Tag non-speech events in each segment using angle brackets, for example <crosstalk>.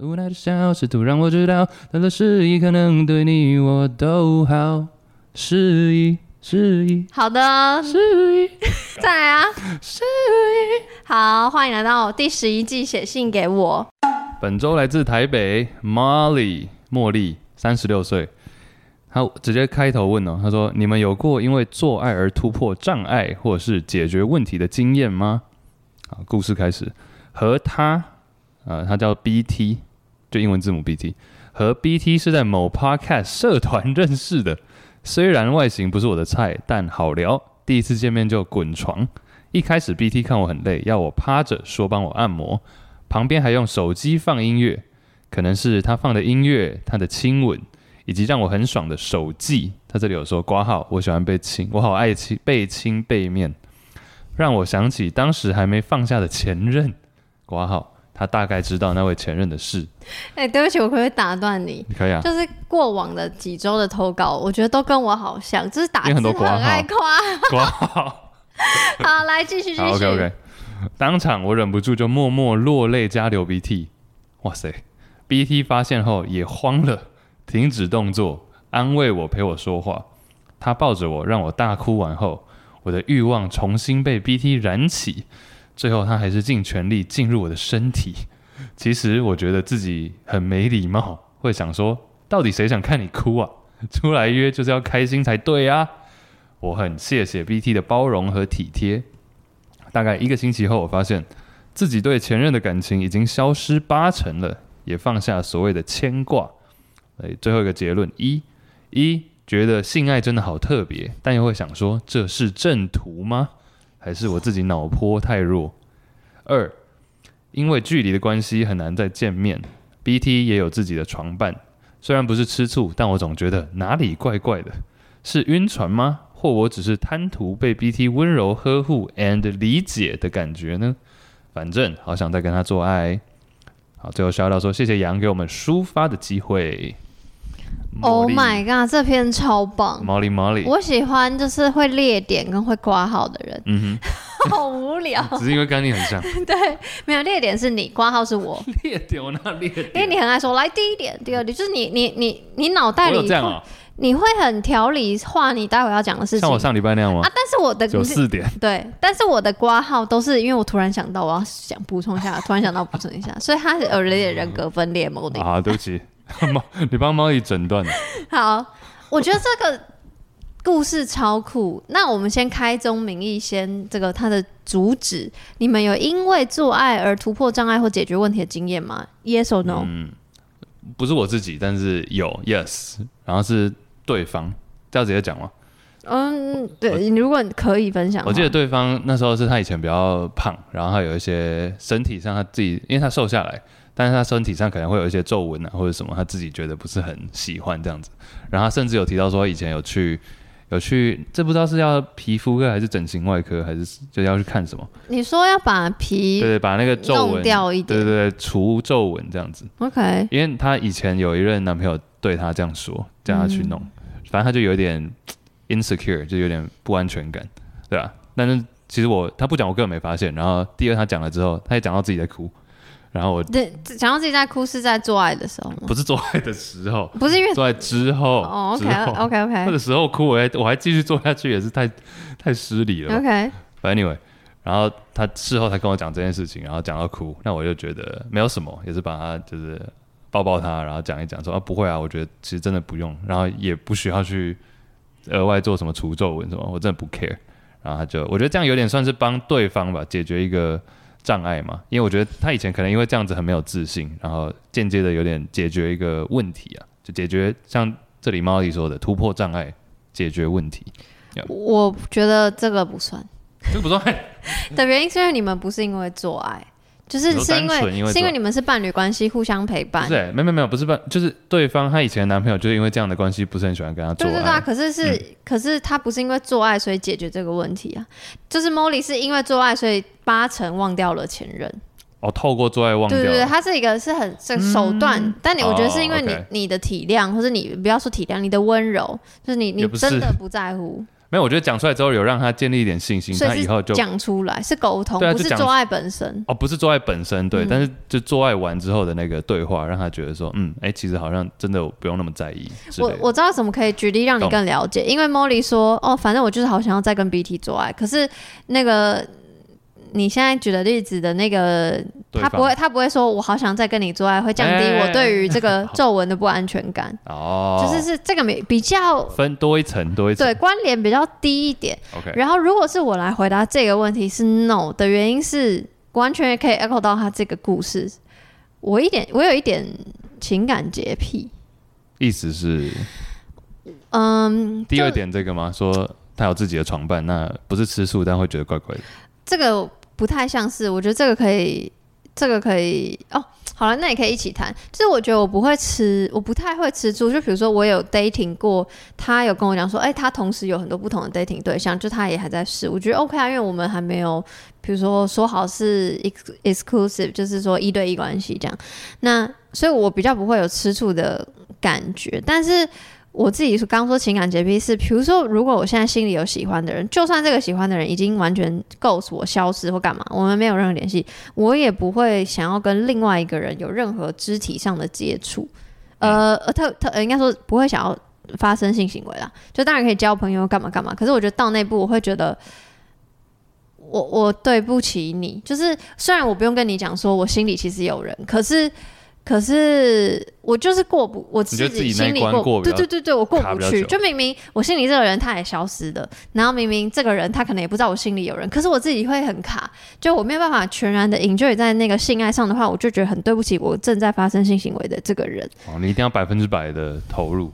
无奈的笑，试图让我知道，他的示意可能对你我都好。示意，示意，好的，示意， <laughs> 再来啊！示意。好，欢迎来到第十一季，写信给我。本周来自台北 Molly 茉莉，三十六岁。她直接开头问哦，她说：“你们有过因为做爱而突破障碍或者是解决问题的经验吗？”好，故事开始。和他，呃，他叫 BT，就英文字母 BT。和 BT 是在某 Podcast 社团认识的，虽然外形不是我的菜，但好聊。第一次见面就滚床。一开始 BT 看我很累，要我趴着，说帮我按摩，旁边还用手机放音乐，可能是他放的音乐，他的亲吻，以及让我很爽的手技。他这里有说挂号，我喜欢被亲，我好爱亲被亲背面，让我想起当时还没放下的前任。挂号，他大概知道那位前任的事。哎、对不起，我可不可以打断你？可以啊，就是过往的几周的投稿，我觉得都跟我好像，就是因打字为很多括号爱夸。挂号。 <laughs> 好，来继续继续。好，OK OK。当场我忍不住就默默落泪加流鼻涕。哇塞！BT 发现后也慌了，停止动作，安慰我，陪我说话。他抱着我，让我大哭完后，我的欲望重新被 BT 燃起。最后，他还是尽全力进入我的身体。其实我觉得自己很没礼貌，会想说，到底谁想看你哭啊？出来约就是要开心才对啊！我很谢谢 BT 的包容和体贴。大概一个星期后，我发现自己对前任的感情已经消失八成了，也放下所谓的牵挂。哎，最后一个结论：一一觉得性爱真的好特别，但又会想说这是正途吗？还是我自己脑波太弱？二，因为距离的关系很难再见面，BT 也有自己的床伴，虽然不是吃醋，但我总觉得哪里怪怪的，是晕船吗？或我只是贪图被 BT 温柔呵护 and 理解的感觉呢？反正好想再跟他做爱。好，最后小到说谢谢杨给我们抒发的机会。 Oh my god，这篇超棒！ Molly Molly，，我喜欢就是会列点跟会挂号的人 <laughs> 嗯好无聊。<laughs> <laughs> 哼，只是因为跟你很像。对，没有列点是你，挂号是我，列点我那列点，因为你很爱说来第一点、第二点，就是你你你你脑袋我有里这样啊、你会很条理化你待会要讲的事情像我上礼拜那样吗啊？，但是我的有四点，对，但是我的挂号都是因为我突然想到我要想补充一下，突然想到补充一下，所以他有有点人格分裂 molding。啊，对不 <laughs> 起，猫，你帮猫一诊断了。好，我觉得这个故事超酷。那我们先开宗明义，先这个它的主旨，你们有因为做爱而突破障碍或解决问题的经验吗？Yes or no？、嗯不是我自己，但是有 yes，然后是对方，这样直接讲吗？嗯，对，你如果可以分享的话，我记得对方那时候是他以前比较胖，然后他有一些身体上他自己，因为他瘦下来，但是他身体上可能会有一些皱纹啊或者什么，他自己觉得不是很喜欢这样子。然后他甚至有提到说以前有去有去，这不知道是要皮肤科还是整形外科，还是就要去看什么？你说要把皮对对，把那个皱弄纹掉一对点对对，除皱纹这样子。 ，OK，因为她以前有一任男朋友对她这样说，叫她去弄，嗯反正她就有点 insecure，就有点不安全感，对吧、但是其实我她不讲，我根本没发现。然后第二她讲了之后，她也讲到自己在哭，然后我对，想到自己在哭是在做爱的时候吗？不是做爱的时 <laughs> 候，不是因为做爱之后，哦之后，OK，OK，OK，OK，、 <laughs> 那个时候哭，我还我还继续做下去，也是太太失礼了吧。反正 anyway，然后他事后才跟我讲这件事情，然后讲到哭，那我就觉得没有什么，也是把他就是抱抱他，然后讲一讲说啊不会啊，我觉得其实真的不用，然后也不需要去额外做什么除皱纹什么，我真的不 care。然后他就我觉得这样有点算是帮对方吧，解决一个障碍嘛，因为我觉得他以前可能因为这样子很没有自信，然后间接的有点解决一个问题啊，就解决像这里猫里说的突破障碍，解决问题，我觉得这个不算这不算的原因，是因为你们不是因为做爱，就是你说是因单纯因为为是因做为爱你们是伴侣关系，互相陪伴不是、。欸，没有没有没有，不是办，就是对方她以前的男朋友就是因为这样的关系，不是很喜欢跟她做对爱。嗯对对啊，可是是、可是他不是因为做爱所以解决这个问题啊，就是 Molly 是因为做爱所以八成忘掉了前任。哦，透过做爱忘掉对了。对对，他是一个是很这手段，但你我觉得是因为你、哦，OK 你的体谅，或者你不要说体谅，你的温柔，就是你你也不是真的不在乎，没有，我觉得讲出来之后有让他建立一点信心，所他以以后是就讲出来是沟通，对啊不就是讲做爱本身。哦，不是做爱本身对，嗯但是就做爱完之后的那个对话，让他觉得说，嗯，哎、其实好像真的不用那么在意之类我的。我知道怎么可以举例让你懂更了解，因为 Molly 说哦，反正我就是好想要再跟 BT 做爱，可是那个你现在举的例子的那个，对他方不会他不会说我好想再跟你做爱，会降低哎我对于 <laughs> 这个皱纹的不安全感，哦，就是是这个没比较分多一层多一层对关联比较低一点。 ，OK，然后如果是我来回答这个问题是 no 的原因是，完全也可以 echo 到他这个故事，我一点我有一点情感洁癖，意思是嗯，第二就点这个吗？说他有自己的床伴，那不是吃素，但会觉得怪怪的。这个不太像是，我觉得这个可以，这个可以哦。好了，那也可以一起谈。就是我觉得我不会吃，我不太会吃猪。就比如说我有 dating 过，他有跟我讲说，哎、他同时有很多不同的 dating 对象，就他也还在试。我觉得 OK 啊，因为我们还没有，比如说说好是 ex- exclusive，就是说一对一关系这样。那所以我比较不会有吃醋的感觉，但是。我自己刚说情感洁癖是，比如说，如果我现在心里有喜欢的人，就算这个喜欢的人已经完全 ghost 我消失或干嘛，我们没有任何联系，我也不会想要跟另外一个人有任何肢体上的接触。嗯呃，呃特特呃应该说不会想要发生性行为啦，就当然可以交朋友干嘛干嘛。可是我觉得到那步，我会觉得我我对不起你，就是虽然我不用跟你讲说我心里其实有人，可是可是我就是过不我你觉得自己那一心里关过比对较对对对，我过卡不比较去。久就明明我心里这个人他也消失了，然后明明这个人他可能也不知道我心里有人，可是我自己会很卡，就我没有办法全然的 enjoy 在那个性爱上的话，我就觉得很对不起我正在发生性行为的这个人。哦，你一定要百分之百的投入，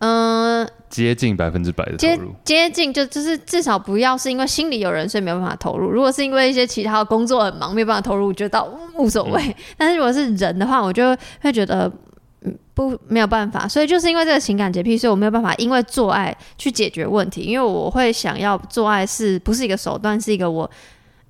嗯、接近百分之百的接投入。接近就就是至少不要是因为心里有人，所以没有办法投入。如果是因为一些其他的工作很忙，没有办法投入，我觉得倒嗯无所谓。但是如果是人的话，我就会觉得。嗯，不，没有办法，所以就是因为这个情感洁癖，所以我没有办法因为做爱去解决问题，因为我会想要做爱是不是一个手段，是一个我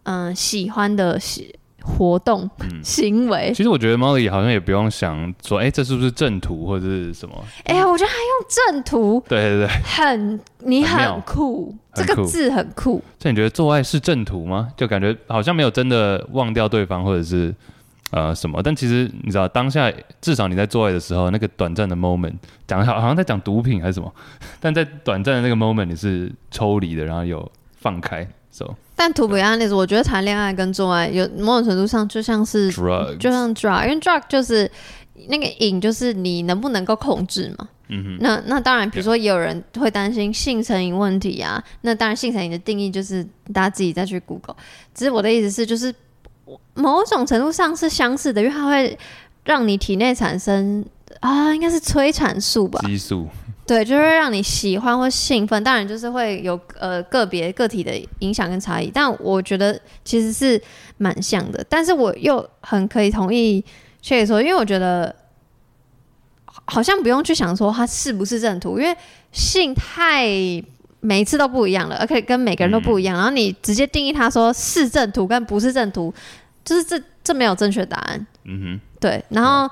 嗯、喜欢的喜活动、嗯行为。其实我觉得猫里好像也不用想说，哎、这是不是正途或者是什么？哎、呀，我觉得还用正途，对对 <laughs> 对，很你很很妙酷，很这个酷字很酷。所以你觉得做爱是正途吗？就感觉好像没有真的忘掉对方，或者是呃什么。但其实你知道，当下至少你在做爱的时候，那个短暂的 moment，讲得好好像在讲毒品还是什么， <laughs> 但在短暂的那个 moment，你是抽离的，然后有放开，so 但图比案例子，我觉得谈恋爱跟做爱有某种程度上就像是 drug，就像 drug，因为 drug 就是那个瘾，就是你能不能够控制嘛。嗯那那当然，比如说也有人会担心性成瘾问题啊。那当然，性成瘾的定义就是大家自己再去 Google。只是我的意思是，就是我某种程度上是相似的，因为它会让你体内产生啊，应该是催产素吧哼，，激素，对，就会让你喜欢或兴奋，当然就是会有呃个别个体的影响跟差异，但我觉得其实是蛮像的。但是我又很可以同意确说，因为我觉得好好像不用去想说它是不是正途，因为性太每一次都不一样了，而且跟每个人都不一样，然后你直接定义它说是正途跟不是正途，就是这这没有正确答案。嗯对，然后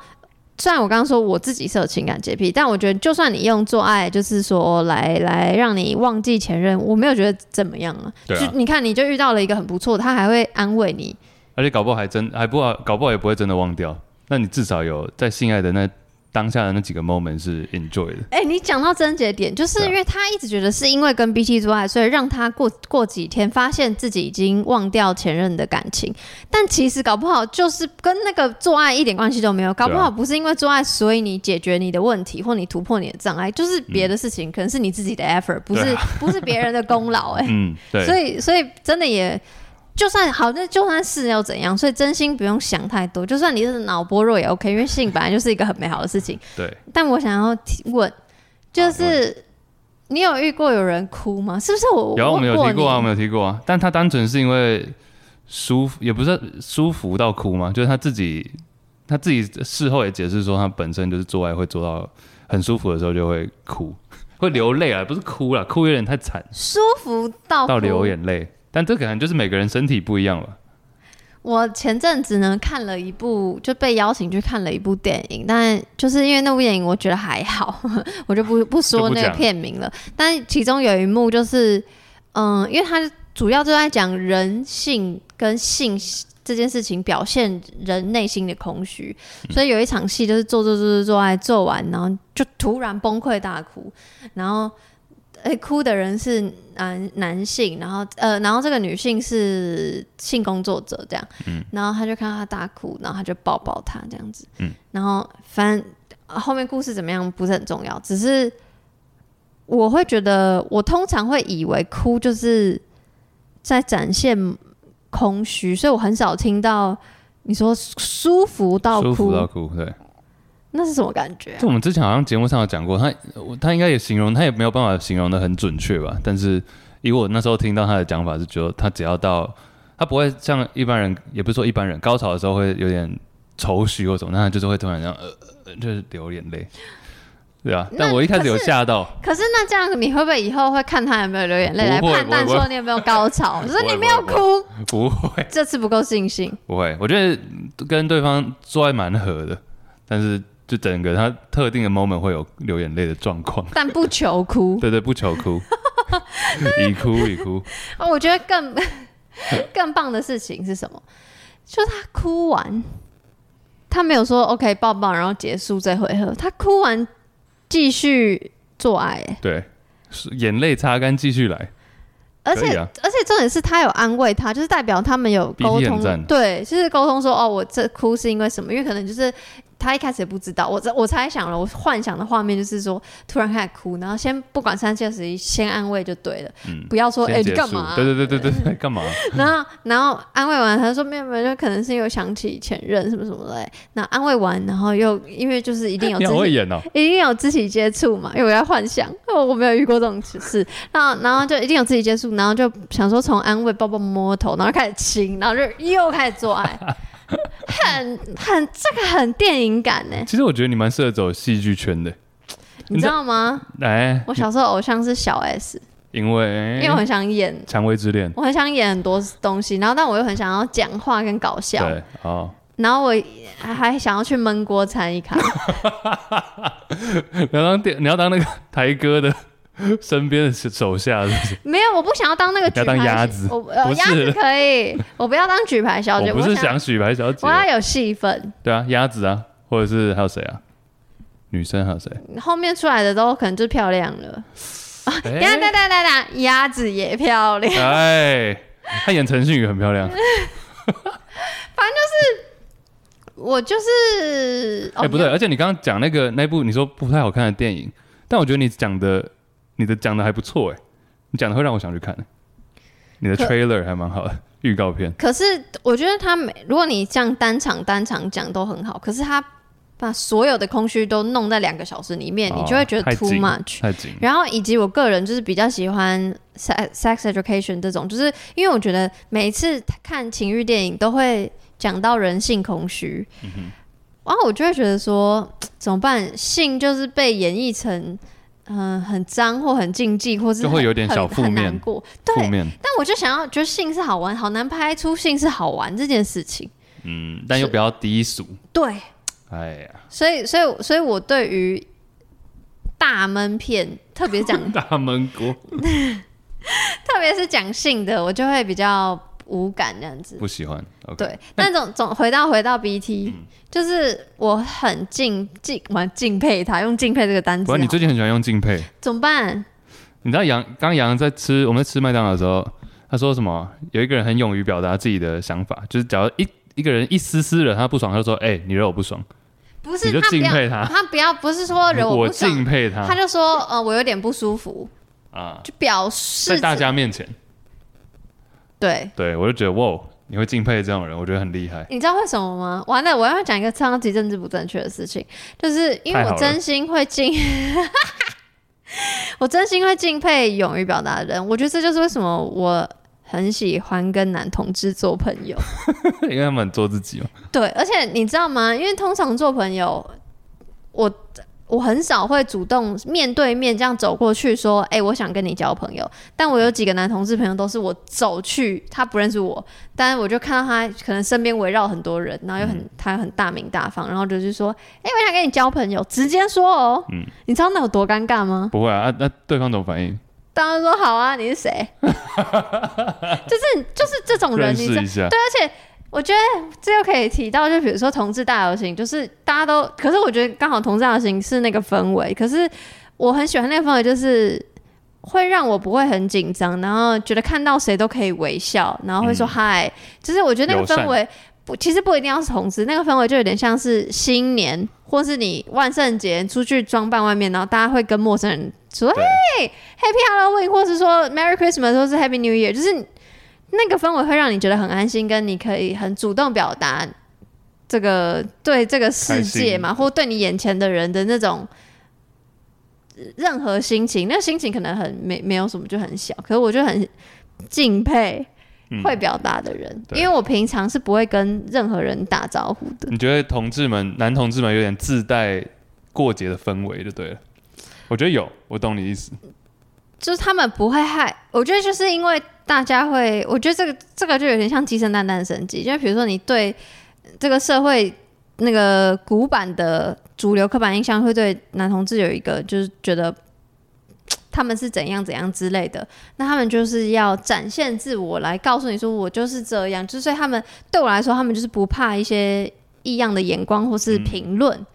虽然我刚刚说我自己是有情感洁癖，但我觉得就算你用做爱，就是说来来让你忘记前任，我没有觉得怎么样啊。对啊就你看，你就遇到了一个很不错的，他还会安慰你。哼，而且搞不好还真还不好，搞不好也不会真的忘掉。那你至少有在性爱的那当下的那几个 moment 是 enjoy 的。哎、你讲到症结点，就是对啊因为他一直觉得是因为跟 BT 做啊爱，所以让他过过几天发现自己已经忘掉前任的感情，但其实搞不好就是跟那个做爱一点关系都没有，搞不啊好不是因为做爱，所以你解决你的问题或你突破你的障碍，就是别的事情，可能是你自己的 effort，不是、 <laughs> 不是别人的功劳、哎、嗯，啊 <laughs> 对。所以所以真的也。就算好，那就算是要怎样，所以真心不用想太多。就算你是脑波弱也 OK，因为性本来就是一个很美好的事情。对，但我想要提问，啊就是你有遇过有人哭吗？是不是我有我们有提问过啊，我你们有提过啊，但他单纯是因为舒服，也不是舒服到哭嘛，就是他自己他自己事后也解释说，他本身就是做爱会做到很舒服的时候就会哭， <laughs> 会流泪啊，不是哭啦，哭有点太惨，舒服到到哦哭流。眼泪。但这可能就是每个人身体不一样吧。我前阵子呢看了一部，就被邀请去看了一部电影，但就是因为那部电影我觉得还好，我就不不说那就不个讲片名了。但其中有一幕就是，嗯，因为它主要就在讲人性跟性这件事情，表现人内心的空虚。所以有一场戏就是做做做做做爱做完，然后就突然崩溃大哭，然后。诶、哎哭的人是男男性，然后呃，然后这个女性是性工作者这样，然后他就看到他大哭，然后他就抱抱他这样子。嗯然后反正呃后面故事怎么样不是很重要，只是我会觉得，我通常会以为哭就是在展现空虚，所以我很少听到你说舒服到舒哦哭服，到哭，对。那是什么感觉啊、这我们之前好像节目上有讲过，他我他应该也形容，他也没有办法形容的很准确吧。但是以我那时候听到他的讲法，是觉得他只要到他不会像一般人，也不是说一般人高潮的时候会有点愁绪或什么，那他就是会突然这样呃，呃就是流眼泪，对啊。那但我一开始有可是吓到，可是那这样，你会不会以后会看他有没有流眼泪来不会判断不会说你有没有高 <laughs> 潮？我说不会你没有不会哭，不会这次不够尽兴。不会，我觉得跟对方做爱蛮合的，但是就整个他特定的 moment 会有流眼泪的状况。但不求哭。对对，不求 <laughs> 哭，以哭以哭。哦，我觉得更 <laughs> 更棒的事情是什么？就是他哭完，他没有说 OK 抱抱，然后结束这回合，他哭完继续做爱、欸对，是眼泪擦干，继续来。而且、可以啊而且重点是他有安慰他，就是代表他们有沟 BT 通很赞，对，就是沟通说哦，我这哭是因为什么？因为可能就是他一开始也不知道，我这我猜想了，我幻想的画面就是说突然开始哭，然后先不管三七二十一，先安慰就对了，嗯，不要说哎、先你结干束嘛啊、对对对对对对，干 <laughs> 嘛？然后，然后安慰完，他说没有没有，就可能是有想起前任什么什么的。欸那安慰完，然后又因为就是一定 <laughs> 有你肢好会体，演哦。一定有肢体接触嘛，因为我在幻想，哦我没有遇过这种事。然后，然后就一定有肢体接触，然后就想说从安慰抱抱摸摸头，然后开始亲，然后就又开始做爱， <laughs> 很很这个很电影感呢、其实我觉得你蛮适合走戏剧圈的。你知道吗？哎，我小时候偶像是小 S，因为因为我很想演，蔷薇之恋，我很想演很多东西，然后但我又很想要讲话跟搞笑。对，哦，然后我还还想要去焖锅餐 <laughs> 一卡，你要当电，你要当那个台哥的身边的手下，是不是？没有，我不想要当那个举牌你要当鸭子我呃不是鸭子可以，我不要当举牌小姐，我不是想想许白小姐啊我，要有戏份，对啊，鸭子啊，或者是还有谁啊？女生还有谁？后面出来的都可能就漂亮了。 <laughs> 等哎一下等一下等一下等一下，鸭子也漂亮， <laughs> 哎，她演陈信宇很漂亮。我就是哦哎、不对，，而且你刚刚讲那个那部你说不太好看的电影，但我觉得你讲的你的讲的还不错哎、你讲的会让我想去看、你的可 trailer 还蛮好的，预告片可是我觉得他每如果你这样单场单场讲都很好，可是他把所有的空虚都弄在两个小时里面，哦你就会觉太得 too 紧 much。太紧，然后以及我个人就是比较喜欢 sex sex education 这种，就是因为我觉得每一次看情欲电影都会讲到人性空虚，嗯然后我就会觉得说怎么办？性就是被演绎成嗯、呃很脏或很禁忌，或是就会很有点小很负很面难过。对，负面，但我就想要觉得性是好玩，好难拍出性是好玩这件事情。嗯，但又比较低俗，对，哎呀，所以所以所以我对于大闷片，特别讲大闷锅 <laughs> 特别是讲性的，我就会比较无感这样子。不喜欢，OK，对，但总总回到回到 BT，、就是嗯我很敬敬我敬佩他，用敬佩这个单不词然你好，最近很喜欢用敬佩，怎么办？你知道杨刚杨在吃我们在吃麦当劳的时候，他说什么？有一个人很勇于表达自己的想法，就是只要一一个人一丝丝惹他不爽，他就说：“哎、你惹我不爽。”不你是就他不敬要佩他他不要不是说惹我不敬爽，佩他他就说呃我有点不舒服，啊，就表在示大家面前，对。对我就觉得哇，你会敬佩这种人，我觉得很厉 <laughs> 害。你知道为什么吗？完了，我要讲一个超级政治不正确的事情，就是因为太好我了真心会敬， <laughs> 我真心会敬佩勇于表达的人。我觉得这就是为什么我很喜欢跟男同志做朋友。因为他们很做自己嘛。对，而且你知道吗？因为通常做朋友，我我很少会主动面对面这样走过去说，哎、我想跟你交朋友。但我有几个男同志朋友都是我走去，他不认识我，但我就看到他可能身边围绕很多人，然后又很、他又很大名大方，然后就是说，哎、我想跟你交朋友，直接说哦。嗯你知道那有多尴尬吗？不会啊，啊那、对方怎么反应？当然说好啊，你是谁？就是就是这种人，认你知道识一下，而且我觉得这又可以提到，就比如说同志大游行，就是大家都，可是我觉得刚好同志大游行是那个氛围，可是我很喜欢那个氛围，就是会让我不会很紧张，然后觉得看到谁都可以微笑，然后会说嗨、就是我觉得那个嗯友善氛围不，其实不一定要是同志，那个氛围就有点像是新年。或是你万圣节出去装扮外面，然后大家会跟陌生人说对 Halloween，或是说 Merry Christmas，或是 Happy New Year，就是那个氛围会让你觉得很安心，跟你可以很主动表达这个对这个世界嘛，或对你眼前的人的那种呃任何心情，那个心情可能很没没有什么，就很小，可是我就很敬佩嗯会表达的人，对因为我平常是不会跟任何人打招呼的。你觉得同志们、男同志们有点自带过节的氛围就对了。我觉得有，我懂你意思。就是他们不会害，我觉得就是因为大家会，我觉得这个这个就有点像鸡生蛋蛋生鸡，就比如说你对这个社会那个古板的主流刻板印象，会对男同志有一个就是觉得他们是怎样怎样之类的，那他们就是要展现自我来告诉你说我就是这样，就是所以他们对我来说，他们就是不怕一些异样的眼光或是评论。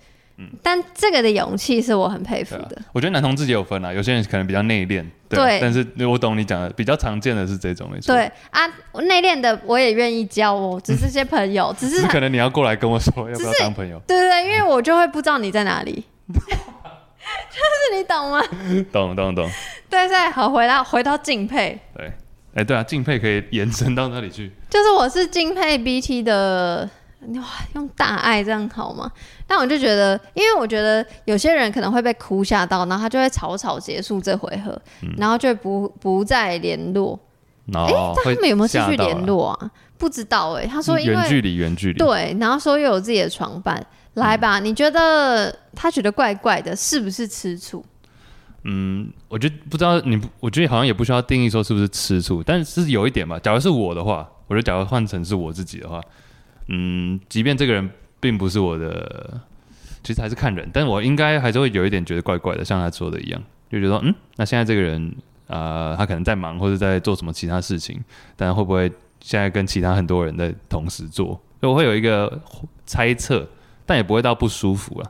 但这个的勇气是我很佩服对啊的，，我觉得男同志也有分啊，有些人可能比较内敛，对但是我懂你讲的，比较常见的是这种，没错。对啊，我内敛的我也愿意交 <laughs> 哦，只是些朋友，只只是啊是对可能你要过来跟我说要不要当朋友，对对，因为我就会不知道你在哪 <laughs> 里，就是你懂吗？懂懂懂。对对，好，回到回到敬佩，哎，对啊，敬佩可以延伸到那里去。就是我是敬佩 BT 的，哇，用大爱这样好吗？但我就觉得，因为我觉得有些人可能会被哭吓到，然后他就会草草结束这回合，嗯然后就不不再联络。哦，但会他们有没有继吓续到啊联？络啊？不知道哎、他说因为远距离，远距离。对，然后说又有自己的床伴，来吧，你觉得他觉得怪怪的，是不是吃醋？嗯，我觉得不知道你不，我觉得好像也不需要定义说是不是吃醋，但是有一点吧。假如是我的话，我就假如换成是我自己的话，嗯，即便这个人并不是我的，其实还是看人，但我应该还是会有一点觉得怪怪的，像他说的一样，就觉得说嗯，那现在这个人啊、呃他可能在忙或者在做什么其他事情，但会不会现在跟其他很多人在同时做？所以我会有一个猜测，但也不会到不舒服啊。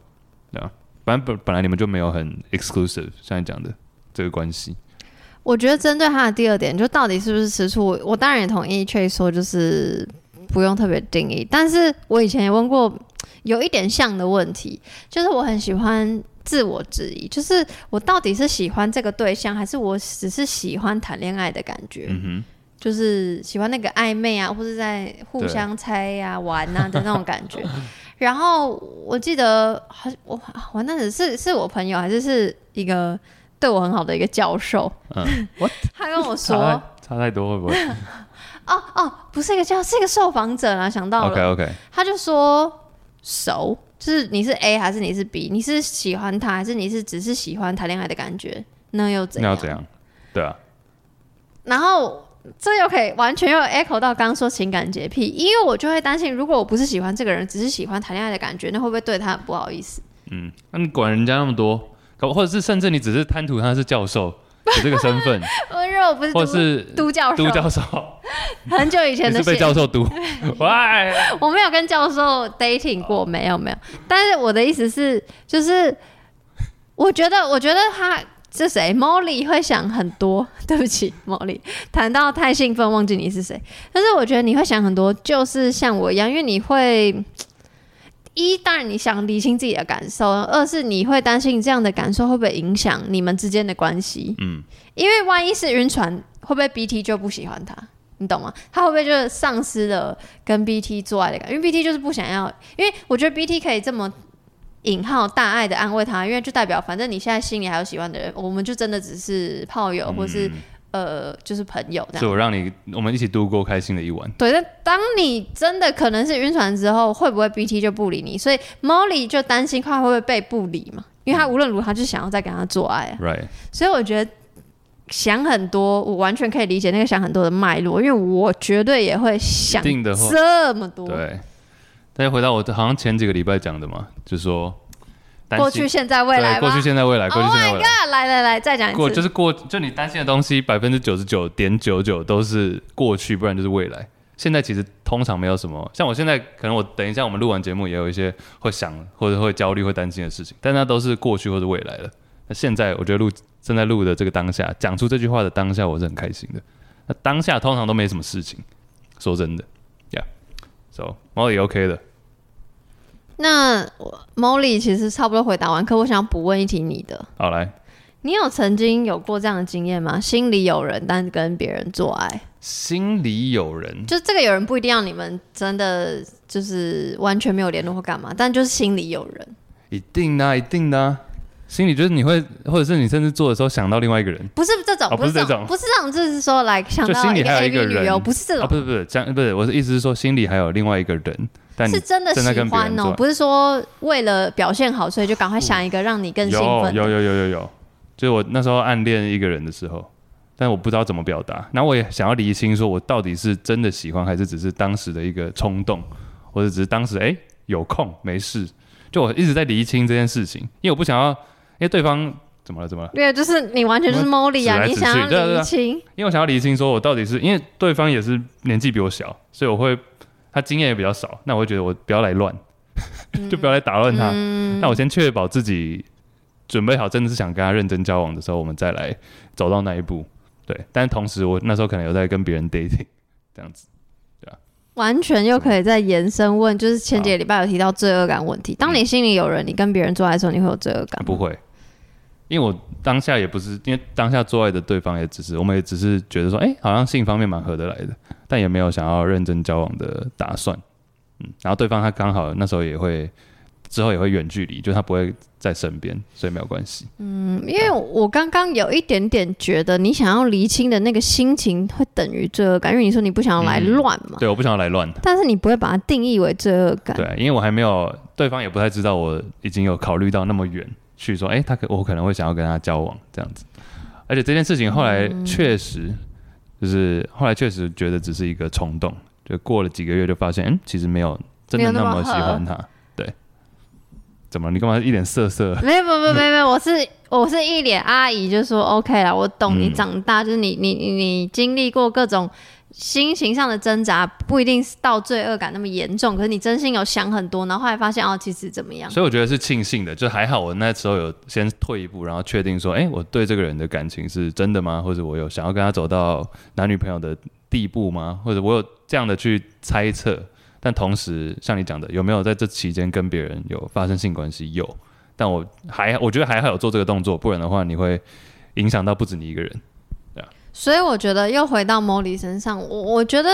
对啊，反正本本来你们就没有很 exclusive，像你讲的这个关系，我觉得针对他的第二点，就到底是不是吃醋，我我当然也同意 Trey 说，就是不用特别定义。但是我以前也问过有一点像的问题，就是我很喜欢自我质疑，就是我到底是喜欢这个对象，还是我只是喜欢谈恋爱的感觉？嗯就是喜欢那个暧昧啊，或是在互相猜呀、玩啊的那种感觉。 <laughs> 然后我记得，好像我我那时是是我朋友还是是一个对我很好的一个教授，哼， <laughs> 嗯，我他跟我差说，哦太差太多会不会哦，不是一个教，是一个受访者啦，想 <laughs> 到了？OK OK，他就说熟，就是你是 A 还是你是 B，你是喜欢他还是你是只是喜欢谈恋爱的感觉，那又怎那要样？怎样？对啊，然后这又可以完全又 echo 到刚刚说情感洁癖，因为我就会担心，如果我不是喜欢这个人，只是喜欢谈恋爱的感觉，那会不会对他很不好意思？嗯，那你管人家那么多，搞或者是甚至你只是贪图他是教 <laughs> 授有这个身份， <laughs> 我因为我不是或都者是都教授督， <laughs> 教授， <laughs> 很久以你前的是被事，教授督， <laughs> 喂，我没有跟教授 dating 过，没有没有。但是我的意思是，就是我觉得，我觉得他。是谁？Molly 会想很多， <laughs> 对不起，Molly，谈到太兴奋忘记你是谁。但是我觉得你会想很多，就是像我一样，因为你会一，当然你想理清自己的感受；二是你会担心这样的感受会不会影响你们之间的关系。嗯，因为万一是晕船，会不会 BT 就不喜欢他？你懂吗？他会不会就是丧失了跟 BT 做爱的感觉？因为 BT 就是不想要，因为我觉得 BT 可以这么引号大爱的安慰他，因为就代表反正你现在心里还有喜欢的人，我们就真的只是炮友或是呃，就是朋友这所以样。我让你我们一起度过开心的一 <laughs> 晚。对，但当你真的可能是晕船之后，会不会 BT 就不理你？所以 Molly 就担心快会不会被不理嘛，因为他无论如何他就想要再跟他做爱啊。 Right，所以我觉得想很多，我完全可以理解那个想很多的脉络，因为我绝对也会想一定的话这么多。对。但是回到我好像前几个礼拜讲的嘛，就说担过心去、现在、未来吗？对，过去、现在、未来，过去、 oh 现在、 my 未来。 god！来来来，再讲一次。过就是过，就你担心的东西，百分之九十九点九九都是过去，不然就是未来。现在其实通常没有什么，像我现在可能我等一下我们录完节目也有一些会想或者会焦虑、会担心的事情，但那都是过去或者未来了。那现在我觉得录正在录的这个当下，讲出这句话的当下，我是很开心的。那当下通常都没什么事情，说真的，Yeah，so 猫也 OK 的，那我 Molly 其实差不多回答完，可我想补问一题你的，好来，你有曾经有过这样的经验吗？心里有人，但跟别人做爱，心里有人，就这个有人不一定要你们真的就是完全没有联络或干嘛，但就是心里有人，一定的啊、一定的啊、心里就是你会，或者是你甚至做的时候想到另外一个人。不是这种，哦不是这这种，种不是这种，就是说来想就到心里还有 A 一个 V 人女优，不是哦这啊，种，不是不是，这样不是，我的意思是说，心里还有另外一个人，但你是真的正在喜跟别人欢做哦爱，不是说为了表现好，所以就赶快想一个让你更兴有奋。有有有有有，就是我那时候暗恋一个人的时候，但我不知道怎么表达，然后我也想要厘清，说我到底是真的喜欢，还是只是当时的一个冲动，或者只是当时哎、诶有空没事，就我一直在厘清这件事情，因为我不想要，因为对方怎么了怎么了。对，就是你完全就是 Molly 指啊，来你指想去对啊要对啊厘清，因为我想要厘清，说我到底是因为对方也是年纪比我小，所以我会他经验也比较少，那我会觉得我不要来乱， <laughs> 就不要来打乱他。那我先确保自己准备好，真的是想跟他认真交往的时候，我们再来走到那一步。对，但同时我那时候可能有在跟别人 dating 这样子。完全又可以再延伸问，就是前几个礼拜有提到罪恶感问题。当你心里有人，你跟别人做爱的时候，你会有罪恶感吗？嗯啊不会，因为我当下也不是，因为当下做爱的对方也只是，我们也只是觉得说，哎、好像性方面蛮合得来的，但也没有想要认真交往的打算。嗯，然后对方他刚好那时候也会，之后也会远距离，就他不会在身边，所以没有关系。嗯，因为我刚刚有一点点觉得，你想要厘清的那个心情会等于罪恶感，因为你说你不想要来嗯乱嘛，对，我不想要来乱。但是你不会把它定义为罪恶感。对，因为我还没有，对方也不太知道我已经有考虑到那么远去说，哎、他可我可能会想要跟他交往这样子。而且这件事情后来嗯确实、就是后来确实觉得只是一个冲动，就过了几个月就发现，嗯，其实没有真的没有那那么么喜欢他。对，怎么了你干嘛一脸涩涩？没有没有没有没有没有，我是我是一脸阿姨，就说 OK 啦，我懂你嗯长大，就是你你你你经历过各种心情上的挣扎，不一定是到罪恶感那么严重，可是你真心有想很多，然后后来发现哦，其实怎么样？所以我觉得是庆幸的，就还好我那时候有先退一步，然后确定说，哎、我对这个人的感情是真的吗？或者我有想要跟他走到男女朋友的地步吗？或者我有这样的去猜测，但同时像你讲的，有没有在这期间跟别人有发生性关系？有，但我还我觉得还好有做这个动作，不然的话你会影响到不止你一个人。所以我觉得又回到 Molly 身上，我我觉得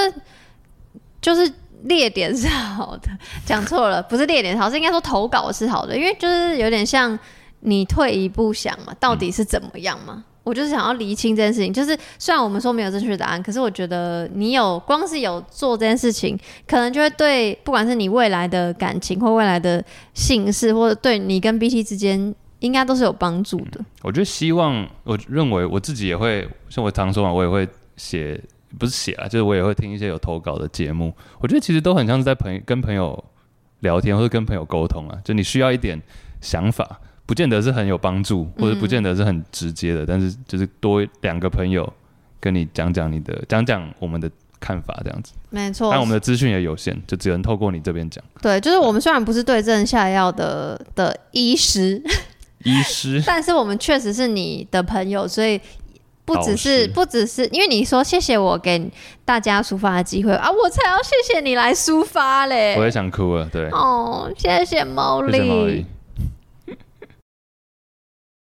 就是列点是好的， <laughs> 讲错了，不是列点是好，是应该说投稿是好的，因为就是有点像你退一步想嘛，到底是怎么样嘛。我就是想要厘清这件事情，就是虽然我们说没有正确答案，可是我觉得你有光是有做这件事情，可能就会对不管是你未来的感情或未来的姓氏，或者对你跟 BT 之间，应该都是有帮助的。我觉得希望，我认为我自己也会，像我常说嘛，我也会写，不是写啊，就是我也会听一些有投稿的节目。我觉得其实都很像是在朋友跟朋友聊天，或者跟朋友沟通啊，就你需要一点想法，不见得是很有帮助，或者不见得是很直接的，但是就是多两个朋友跟你讲讲你的，讲讲我们的看法这样子。没错，嗯但我们的资讯也有限，就只能透过你这边讲。对，就是我们虽然不是对症下药的的医师， <laughs> 医师但是我们确实是你的朋友，所以不只导是师不只是因为你说谢谢我给大家抒发的机会啊，我才要谢谢你来抒发我嘞。也想哭了，对，哦，谢谢 m o 谢谢毛利。